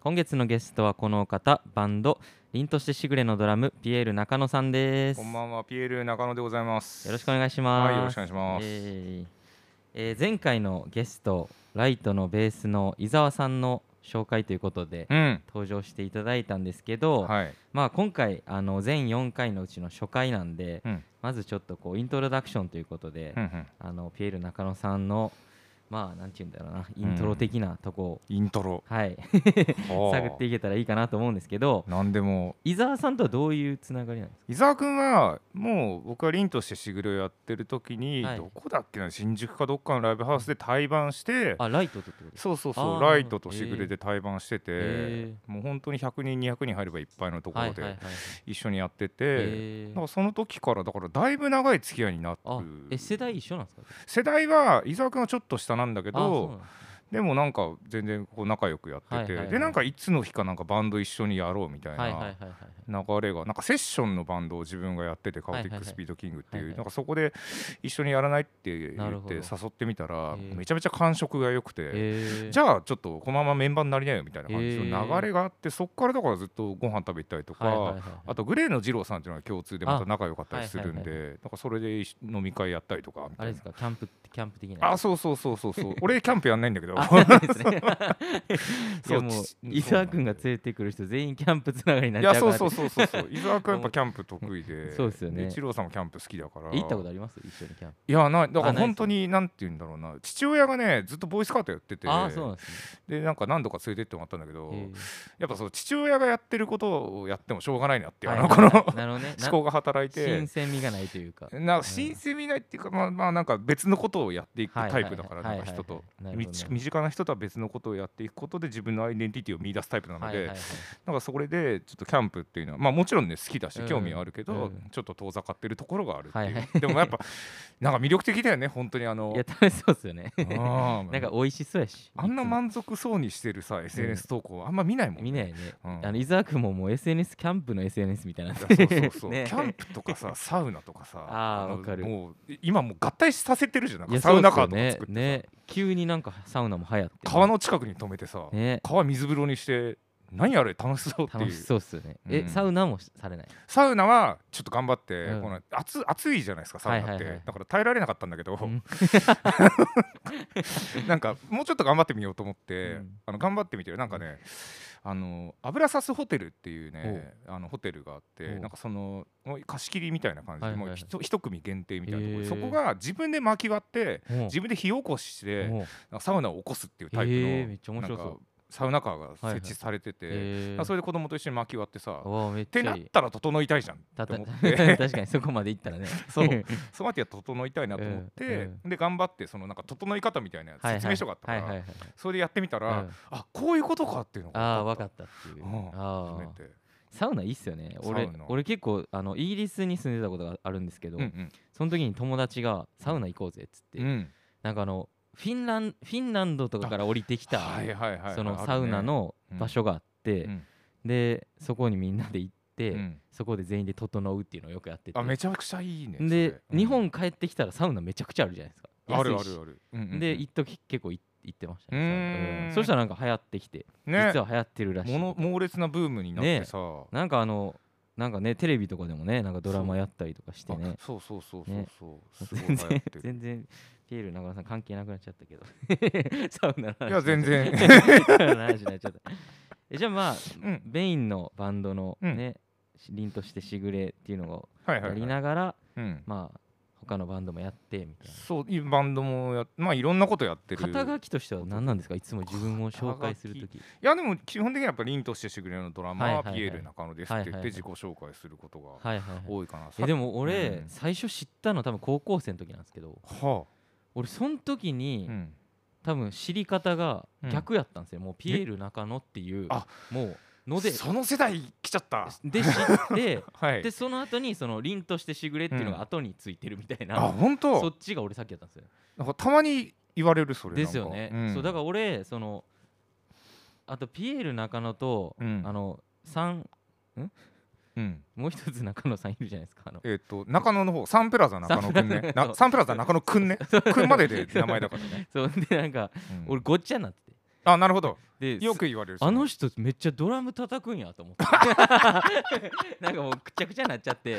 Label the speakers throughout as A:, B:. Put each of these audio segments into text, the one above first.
A: 今月のゲストはこの方バンド凛としてしぐれのドラムピエール中野さんです
B: こんばんは、ピエール中野でございます。
A: よろしくお願いします。
B: はいよろしくお願いします
A: えーえー前回のゲスト、ライトのベースの伊沢さんの紹介ということで
B: うん。
A: 登場していただいたんですけど、
B: はい。
A: まあ今回あの全4回のうちの初回なんで、
B: うん。
A: まずちょっとこうイントロダクションということで、
B: うんうん。
A: あのピエール中野さんのまあなんて言うんだろうな、イ
B: ん
A: ントロ的なとこを、
B: イン トロ。
A: はい 探
B: 探
A: っていけたらいいかなと思うんですけど、
B: なんでも、
A: 伊沢さんとはどういうつながりなんです
B: 伊沢くんは、もう僕は凛としてしぐれをやってる時に、
A: はい
B: どこだっけな、新宿かどっかのライブハウスで対バンして、
A: か。あ、ライトとってことですか。
B: そうそう
A: あ
B: そ
A: ー
B: う、ライトとしぐれで対バンしてて、
A: へ
B: もう本当に100人、200人入ればいっぱいのところで
A: いはい
B: 一緒にやってて、
A: へー
B: なんかその時からだからだいぶ長い付き合いになって
A: あ
B: る
A: え世代一緒なんですか
B: 世代は伊沢くんはちょっと下なんだけ
A: あそうな
B: ど
A: んです
B: でもなんか全然こう仲良くやってて、
A: はいはいはい
B: でなんかいつの日かなんかバンド一緒にやろうみたい
A: はいはいはい
B: な
A: はいはい
B: 流れがなんかセッションのバンドを自分がやっててカ
A: はい
B: ー
A: は
B: テ
A: い
B: ィ
A: は
B: ッ
A: い
B: クスピードキングって
A: はい
B: い
A: はいう
B: なんかそこで一緒にやらないって
A: な
B: 言
A: る
B: っ
A: ほ
B: て
A: ど
B: 誘ってみた
A: へ
B: ら
A: え
B: めちゃめちゃ感触が良くて。
A: えー
B: じゃあちょっとこのままメンバーになりなよみたいな感じ
A: へ
B: の
A: え
B: 流れがあってそこからだからずっとご飯食べたりと
A: はいはいはい
B: か
A: はい
B: あとグレーの二郎さんっていうのが共通でまた仲良かったりするん
A: あはいはい
B: でなんかそれで一緒飲み会やったりとかみ
A: あ
B: た
A: れ
B: い
A: で
B: な
A: すかキャンプキャンプ的な
B: あそうそうそうそう そう俺キャンプやんないんだけど
A: あそうなんです ねい
B: そう
A: やもう
B: ち
A: 伊沢君が連れてくる人全員キャンプつながりになっちゃう
B: い
A: か
B: やそう
A: ら
B: そうそうそ うそう伊沢君やっぱキャンプ得意
A: うん
B: で
A: そうですよね
B: 一郎さんもキャンプ好きだから
A: 行ったこと
B: い
A: あります一緒にキャンプ
B: やないだか
A: あない
B: ら
A: です
B: 本当になんて言うんだろうな父親がねずっとボーイスカートやってて
A: ああそうなんです
B: でなんか何度か連れてってもらったんだけど
A: ねへ
B: やっぱその父親がやってることをやってもしょうがないなって
A: ー
B: いうあ
A: はい
B: の
A: はい
B: こ
A: は
B: の
A: い
B: 思
A: なるほどねな
B: 考が働いて
A: 新鮮味がないというか
B: なんか新鮮味ないっていうかまあまあなんか別のことをやっていくタイプだか
A: は
B: らないん
A: はい
B: か
A: はい
B: 人と
A: はいはいはい
B: み
A: なるほど
B: ち身近な人とは別のことをやっていくことで自分のアイデンティティを見出すタイプなの
A: はいはい
B: で
A: はい
B: なんかそれでちょっとキャンプっていうのはまあもちろんね好きだし
A: うん
B: 興味はあるけど、
A: うん
B: ちょっと遠ざかってるところがあるっていう、
A: はいは
B: でもやっぱなんか魅力的だよね本当にあの
A: いや楽し そうですよね
B: な
A: なんか美味しそうやし
B: あんな
A: つも
B: い満足そうにしてるさ SNS 投稿あんま見ないもん、
A: 見ないね、
B: うん
A: あの伊沢君ももう SNS キャンプの SNS みたいない
B: やそうそうそ う、
A: ね
B: キャンプとか さサウナとかさ
A: あー
B: の
A: わかる
B: もう今もう合体させてるじゃんないん
A: や
B: かサウナカ
A: そう
B: ー
A: っすよ
B: とか作ってさ、
A: ねね急になんかサウナも流行って
B: 川の近くに止めてさ、
A: ね
B: 川水風呂にして何あれ楽しそうってい
A: 楽
B: う
A: しそうっすよね、
B: う
A: え
B: ん
A: サウナもされない
B: サウナはちょっと頑張って、
A: うん
B: この暑暑いじゃないですかサウナって、
A: はいはいはい
B: だから耐えられなかったんだけど、
A: うん
B: なんかもうちょっと頑張ってみようと思って、
A: うん
B: あの頑張ってみてるなんかねあの油さすホテルっていうねあのホテルがあって
A: おう
B: なんかそのもう貸し切りみたいな感じで、
A: はいはいはい
B: もうひと一組限定みたいなところ
A: へ
B: で
A: ー
B: そこが自分で巻き割って
A: もう
B: 自分で火起こしして
A: もう
B: なんかサウナを起こすっていう
A: え
B: タイプの、
A: ーめっちゃ面白そ
B: なん
A: う
B: かサウナカーが
A: はいは
B: 設
A: い
B: 置されてて、
A: え
B: あそれで子供と一緒に巻き割ってさ、っ
A: おーめってち
B: な
A: ゃ
B: っ
A: いい
B: たら整いたいじゃん
A: た
B: と
A: た
B: 思 って
A: 確かにそこまで行ったらね
B: そうそうやって整いたいなと思って、
A: うん
B: で頑張ってそのなんか整い方みたいな
A: はいはい
B: 説明書があったか
A: は
B: ら、
A: いはいはい
B: それでやってみたら、
A: うん
B: あこういうことかっていうの
A: ああ
B: が
A: 分
B: 分
A: か
B: かっ
A: ったっていう、
B: うん
A: あ
B: た
A: ー
B: 初めて
A: サウナいいっすよね俺
B: サウナ
A: 俺結構あのイギリスに住んでたことがあるんですけど、
B: うんうん
A: その時に友達がサウナ行こうぜっつって、
B: うん
A: なんかあのフィンランフィンランドとかから降りてきた
B: はいはいはい
A: そ
B: ある
A: の
B: ね
A: サウナの場所があって、
B: うん
A: でそこにみんなで行って、
B: うん
A: そこで全員で整うっていうのをよくやってて
B: あめちゃくちゃいいねそれ
A: で、
B: うん
A: 日本帰ってきたらサウナめちゃくちゃあるじゃないですか
B: あるあ
A: 安いし
B: るある、うんうんうん
A: で一時結構い行ってました
B: う
A: ねサウナ
B: ーん
A: うんそしたらなんか流行ってきて、
B: ね
A: 実は流行ってるらしい
B: もの猛烈なブームになってさ、
A: なんかあのなんかねテレビとかでもねなんかドラマやったりとかしてね
B: あそうそうそうそうそう、すごい
A: 全
B: 流行っ
A: 然
B: てる
A: 全然ピエール中野さん関係なくなっちゃったけど サウナの話
B: いや全然
A: サウナの話になっちゃったえじゃあまあ、
B: うん
A: ベインのバンドの
B: うん
A: ね、し凛としてしぐれっていうのを
B: はいは
A: や
B: い、
A: り
B: はい
A: ながら、
B: うん、
A: まあ他のバンドもやってみたい
B: そういいバンドもやまあいろんなことやってる
A: な肩書きとしては何なんですかいつも自分を紹介するとき
B: いやでも基本的にはやっぱ凛としてしぐれのドラマ
A: はい
B: は
A: はいはい
B: ピエール中野ですって
A: はい
B: 言
A: は
B: っ
A: い
B: て
A: はい
B: 自己紹介することが
A: はいはいはい
B: 多いかな。
A: えでも俺、
B: うん
A: 最初知ったの多分高校生の時なんですけど
B: は
A: 俺その時に、
B: あ、うん、
A: 多分知り方が
B: うん
A: 逆やったんですよ、もうピエール中野っていう
B: あ
A: もうので
B: その世代来ちゃった。
A: で知って
B: はい
A: で。その後にその凛としてしぐれっていうのが後についてるみたい
B: あ
A: な、
B: 本
A: そ
B: 当
A: っ。ちが俺さっきやったんですよ
B: なんかたまに言われるそれ。
A: ですよね、そうだからら俺そのあとピエール中野と、
B: うん
A: あの三
B: うん。うん
A: もう一つ中野さんいるじゃないですかあの
B: えっと中野の方サンプラザ中野くんね。
A: そ
B: な
A: う
B: サンプラザ中野くんね。くんまでで名前だからね。
A: そうでなんか
B: うん
A: 俺ごっちゃになってて
B: ああなるほど
A: で
B: よ
A: す
B: く言われる
A: あの
B: 人
A: 人めっちゃドラム叩くんやと 思ってなんかもうくちゃくちゃになっちゃって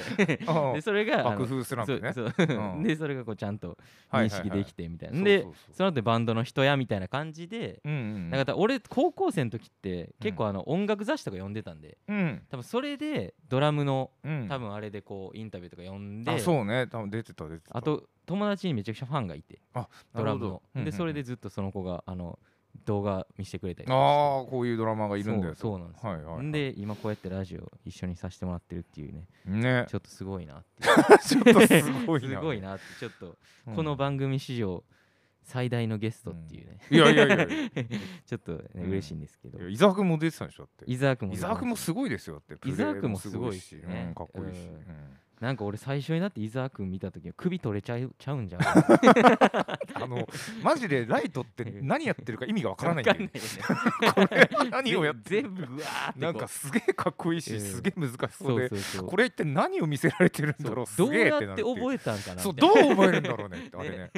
A: でそれがあの
B: 爆風スランプね
A: そうそう
B: うん
A: でそれがこうちゃんと
B: はいはいは
A: 認
B: い
A: 識できてみたいな、で
B: そうそうそう
A: その後バンドの人やみたいな感じで、
B: うんうん
A: だから俺高校生の時って結構あの音楽雑誌とか読んでたんで
B: うん
A: 多分それでドラムの
B: うん
A: 多分あれでこうインタビューとか読んで、
B: あそうね多分出てた出てた
A: あと友達にめちゃくちゃファンがいて
B: あ
A: ドラム
B: なる
A: の
B: ほど
A: でそれ
B: う
A: で
B: ん
A: ずっとその子があの動画見せてくれたりとかして
B: うんああこういうドラマーがいるんだよ
A: そうそうなんですよ、
B: はいはいはい
A: で今こうやってラジオ一緒にさせてもらってるっていうね
B: ね
A: ちょっとすごいなって
B: ちょっとすごいな。
A: すごいなってちょっと
B: うん
A: この番組史上最大のゲストっていうね、
B: いやいやいやい
A: ちょっと、ね
B: うん
A: 嬉しいんですけど
B: や。伊沢君も出てたんでしょだって。
A: 伊沢君も
B: 伊沢君もすごいですよだって。プレー
A: 伊沢君もすごいです
B: し、
A: よね
B: うん、かっこいいし。
A: うん
B: うん
A: なんか俺最初になって伊沢君見た時は首取れちゃうちゃうん じゃん
B: あのマジでライトって何やってるか意味がわからないんだ
A: わ
B: よ
A: かん
B: ね。
A: ないよね
B: これ 何をやって
A: ぜ
B: る
A: 全部うわーってこう
B: なんかすげえかっこいい
A: ええ
B: し、すげえ難し
A: そ
B: そう
A: う
B: で、
A: そうそう
B: これ一体何を見せられてるんだろ
A: そ
B: う。
A: う
B: す
A: どう
B: げえ
A: や
B: っ
A: って
B: な
A: て覚えたんかな
B: そう
A: みたい
B: ど
A: な
B: う覚えるんだろうねってあ れね。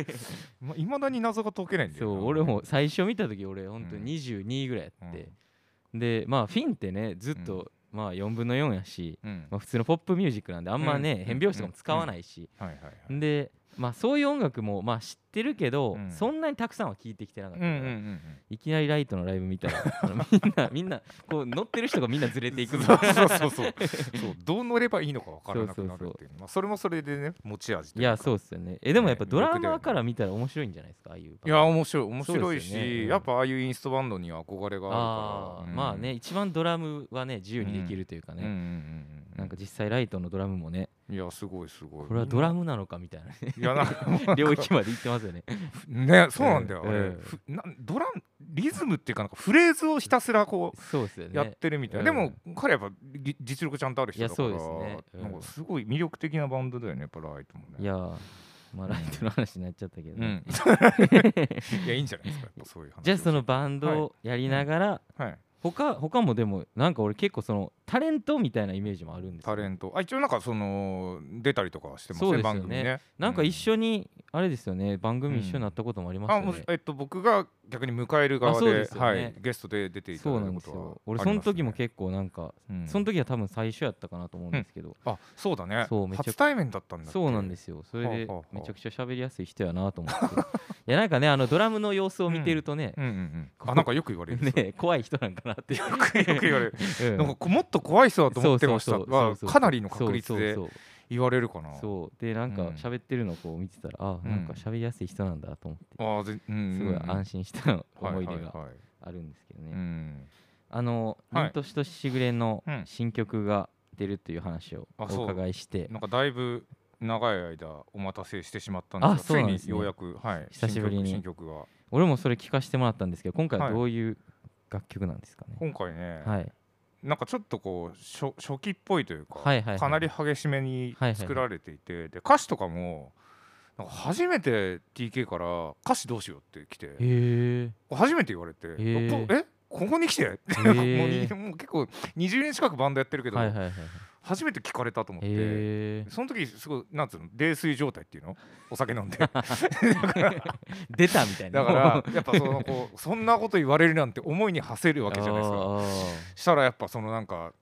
B: まいまだに謎が解けないんだよ
A: そ
B: な。
A: う俺も最初見た時俺ほんと
B: うん
A: 22ぐらいやって、でまあフィンってねずっと、まあ4分の4やし、
B: うん。
A: まあ、普通のポップミュージックなんであんま
B: うん
A: ね、変拍子とかも使わないし、
B: はいはいはい。
A: でまあそういう音楽もまあ知ってるけど、
B: うん
A: そんなにたくさんは聴いてきてなかっ
B: う
A: た
B: ん
A: から、
B: うんうんうん。
A: いきなりライトのライブ見たらあのみんなみ んなこう乗ってる人がみんなずれていくみたいな
B: そうそうそうそうそうどう乗ればいいのか分からなくなるっていう
A: そう
B: まあ、それもそれでね持ち味 と
A: い
B: いうか
A: やそうっすよねえでもやっぱ
B: ね
A: ドラ
B: 魅力だよ
A: マー
B: ね
A: から見たら面白いんじゃないですかああいう
B: い
A: い
B: や面白い面
A: そうですよね
B: 白いし、
A: うん
B: やっぱああいうインストバンドには憧れがある
A: あ
B: か
A: ー
B: ら、うん
A: まあね一番ドラムはね自由にできるというか
B: うんうん
A: ね、
B: うん
A: なんか実際ライトのドラムもね
B: うんいやすごいすごい
A: これはドラムなのかみたいなね
B: いやなん か
A: 領域まで行ってますよね
B: ねそうなんだよ、
A: うん
B: あれ
A: うん
B: ふなんドラムリズムっていうかなんかフレーズをひたすらこう
A: そうっすよね
B: やってるみたいな、
A: うん
B: でも彼はやっぱぎ実力ちゃんとある人だから
A: いやそうですねうん
B: なんかすごい魅力的なバンドだよねやっぱライトもね
A: いやーまあライトの話になっちゃったけど
B: う
A: ね、
B: ん、 いやいいんじゃないですかや っぱそういう話
A: じゃあその
B: を
A: バンドをやりながら、
B: はい
A: 他他もでもなんか俺結構そのタレントみたいなイメージもあるんです
B: タ
A: よ
B: レントあ一応なんかその出たりとかはしてます
A: そうですよね
B: ね番組ね
A: なんか一
B: 緒、
A: 緒に、あれですよね番組一緒になったこともあります
B: あ
A: よね、
B: もうえっと僕が逆に迎える側
A: あ
B: で
A: そうですよね
B: はい、ゲストで出ていた
A: そ
B: だ
A: うな
B: いた
A: ん
B: こ
A: です
B: とは
A: よ俺その時も結構なんか、
B: 構、うん
A: その時は多分最初やったかなと思うんですけど、
B: あそうだね
A: そうめちゃく
B: 初対面だったんだっけ
A: そうなんですよそれで
B: はあはあ
A: めちゃくちゃ喋りやすい人やなと思って いやなんかねあのドラムの様子を見てるとね、
B: うんうんうん
A: ここ
B: あなんかよく言われる、それ
A: ね怖い人なんかなって、
B: よくよく言われる、
A: うん
B: なんかこもっと怖い人だと思ってました
A: そうそうそう
B: は
A: そう
B: かなりの確率で
A: そうそう
B: 言われるか
A: そ
B: な
A: うそうでなんか
B: うん
A: 喋ってるのをこう見てたら、
B: う
A: あ
B: ん
A: なんか喋りやすい人なんだと思って、
B: ああぜうんうん
A: すごい安心した
B: はい
A: 思い
B: は
A: 出
B: い
A: が
B: はい
A: あるんですけどね、
B: うん
A: あの「
B: はい
A: 凛としとしぐれ」の
B: うん
A: 新曲が出るという話をお
B: あそう
A: 伺いして、
B: なんかだいぶ長い間お待たせしてしまったんですが
A: あそうなんです
B: つい
A: ね
B: にようやく、はい、
A: 久しぶりに
B: 新曲新曲が
A: 俺もそれ聞かせてもらったんですけど今回は
B: はい
A: どういう楽曲なんですかね、
B: 今回ね、
A: はい
B: なんかちょっとこう初初期っぽいというか、
A: はいはいはい
B: かなり激しめに
A: はいはい
B: 作られていて、で歌詞とかもなんか初めて TK から歌詞どうしようって来て、
A: へえ
B: 初めて言われて、
A: ー
B: こえここに来て、って
A: ー
B: なんかもうにもう結構20年近くバンドやってるけど、
A: はいはいはいはい
B: 初めて聞かれたと思って。
A: へえ
B: その時すごいなんつうの泥酔状態っていうのお酒飲んで
A: 出たみたいな
B: だ からやっぱそのこうそんなこと言われるなんて思いに馳せるわけじゃないですか。
A: あー
B: したらやっぱそのなんか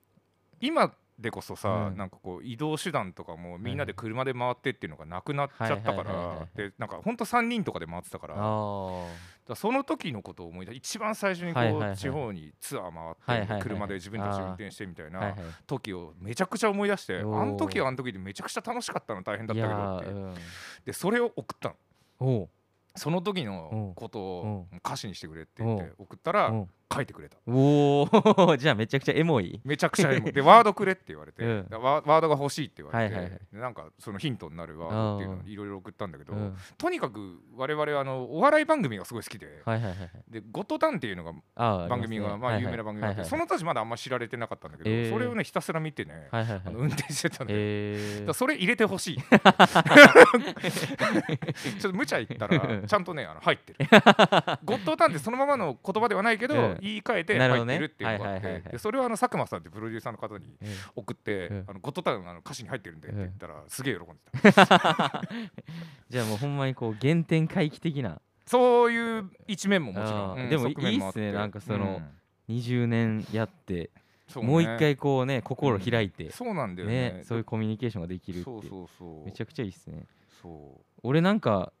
B: 今でこそさ、
A: うん
B: なんかこう移動手段とかもみんなで車で回ってっていうのがなくなっちゃったか
A: はいはいはいは
B: らでなんかほんと3人とかで回ってたから
A: あー
B: だからその時のことを思い出一番最初にこ
A: はいはいは
B: う
A: い
B: 地方にツアー
A: はい
B: 回
A: は
B: っ
A: いはい
B: て車で自分たちで運転してみたい
A: はい
B: な
A: はい
B: 時をめちゃくちゃ思い出してあ
A: おー
B: の時はあの時でめちゃくちゃ楽しかったの大変だっ
A: い
B: た
A: や
B: けどって
A: ー
B: いう
A: うん
B: でそれを送ったの
A: おう
B: その時のことを
A: う
B: 歌詞にしてくれって言っ
A: う
B: て送ったら
A: おう
B: 書いてくれた。
A: おー じゃあめちゃくちゃエモい
B: めちゃくちゃエモいでワードくれって 言われて、
A: うん
B: だワワードが欲しいって言われて、
A: はいはいはい
B: でなんかそのヒントになるワードっていうのをいろいろ送ったんだけど、
A: うん
B: とにかく我々はあのお笑い番組がすごい好きで。
A: はいはいはいはい
B: でゴトタンっていうのが
A: あーありますね
B: 番組がま
A: は
B: あ
A: い
B: 有
A: はい
B: 名な番組があっ
A: はい
B: て
A: はい
B: その当時まだあんま知られてなかったんだけど、
A: えー
B: それをねひたすら見てね、
A: はいはいは
B: あ
A: い
B: の運転してたんだけど、
A: え
B: だ
A: ー
B: からそれ入れて ほしいちょっと無茶言ったらちゃんとねあの入 ってるゴッドタンってそのままの言葉ではないけど、
A: うん
B: 言い換えて
A: なるほどね
B: 入ってるっていうのがあって、
A: はいはいはいはい
B: でそれはあの佐久間さんってプロデューサーの方に
A: えー
B: 送って、
A: うん
B: あのゴッドタンのあの歌詞に入ってるんでって言ったら、すげえ喜んでた
A: じゃあもうほんまにこう原点回帰的な
B: そういう一面ももちろ
A: あ
B: ん、
A: ー
B: うん
A: でもいい
B: 側面あて
A: いいっすねなんかその
B: ん
A: 20年やって
B: そね
A: もう一回こうね心開いて、
B: そうなんだよね
A: ねそういうコミュニケーションができるって
B: そうそうそう
A: めちゃくちゃいいっすね
B: そ
A: 俺なんか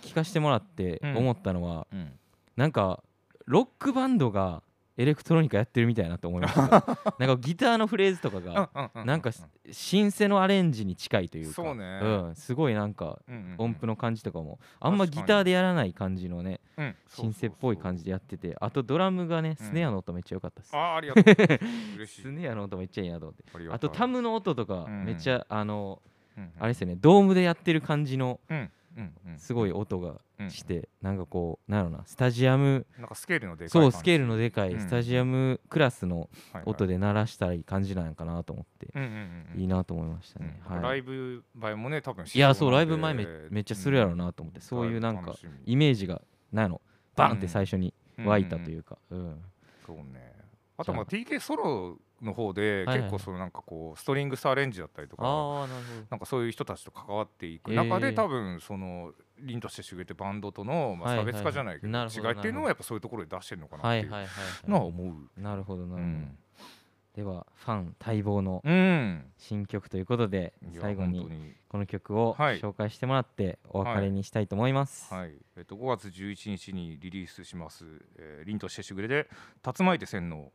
A: 聞かしてもらって
B: うん
A: 思ったのは、
B: う、うん、
A: なんかロックバンドがエレクトロニカやってるみたいなと思いま したなんかギターのフレーズとかがなんか
B: う
A: シンセのアレンジに近いというか
B: そうね
A: うん、すごいなんか
B: うんうんうん
A: 音符の感じとかもあんま
B: 確か
A: ギ
B: に
A: ターでやらない感じのね
B: うん
A: シンセっぽい感
B: じ
A: じでやっててあとドラムがね
B: うん
A: スネアの音めっちゃ良かったです、
B: ああーありがとう嬉しい
A: スネアの音めっちゃいいなと思って
B: ありが
A: あとタムの音とか
B: うん
A: めっちゃあの
B: うんうん
A: あれですよねドームでやってる感じの
B: うんうんうん
A: すごい音が
B: うん
A: してなんかこうなんやろなスタジアム
B: なんかスケールのでかい
A: そう
B: 感じ
A: スケールのでかい
B: うん
A: スタジアムクラスの
B: はいはい
A: 音で鳴らしたい感じなんかなと思って
B: うんうんうんうん
A: いいなと思いましたね、
B: うん
A: は
B: ラ
A: い、
B: イブ前もね多分
A: いやそうライブ前めめっちゃするやろうなと思ってそういうなんかイメージがなんやろバンって最初に湧いたと
B: う
A: い
B: ん
A: うか、うん
B: そうねあとまあ
A: じ
B: TK ソロの方で
A: はいはい
B: 結構そのなんかこうストリングスアレンジだったりとか
A: ああなるほど
B: なんかそういう人たちと関わっていく
A: えー
B: 中で多分その凛としてしげてバンドとのま
A: はいはい
B: あ差
A: はい
B: 別化じゃないけど
A: なるほど
B: 違いっていうのはやっぱそういうところで出してるのかなっ
A: は
B: て
A: い
B: い
A: はいうはい、
B: のは
A: はい
B: 思う。
A: なるほどな
B: う
A: るほど、
B: ん
A: ではファン待望の
B: うん
A: 新曲ということで
B: いや
A: 最後
B: 本
A: に
B: 当に
A: この曲を
B: はい
A: 紹介してもらってお別れにしたいと思います、
B: はいえっと5月11日にリリースします「えー凛としてしぐれ」で「竜巻で洗脳」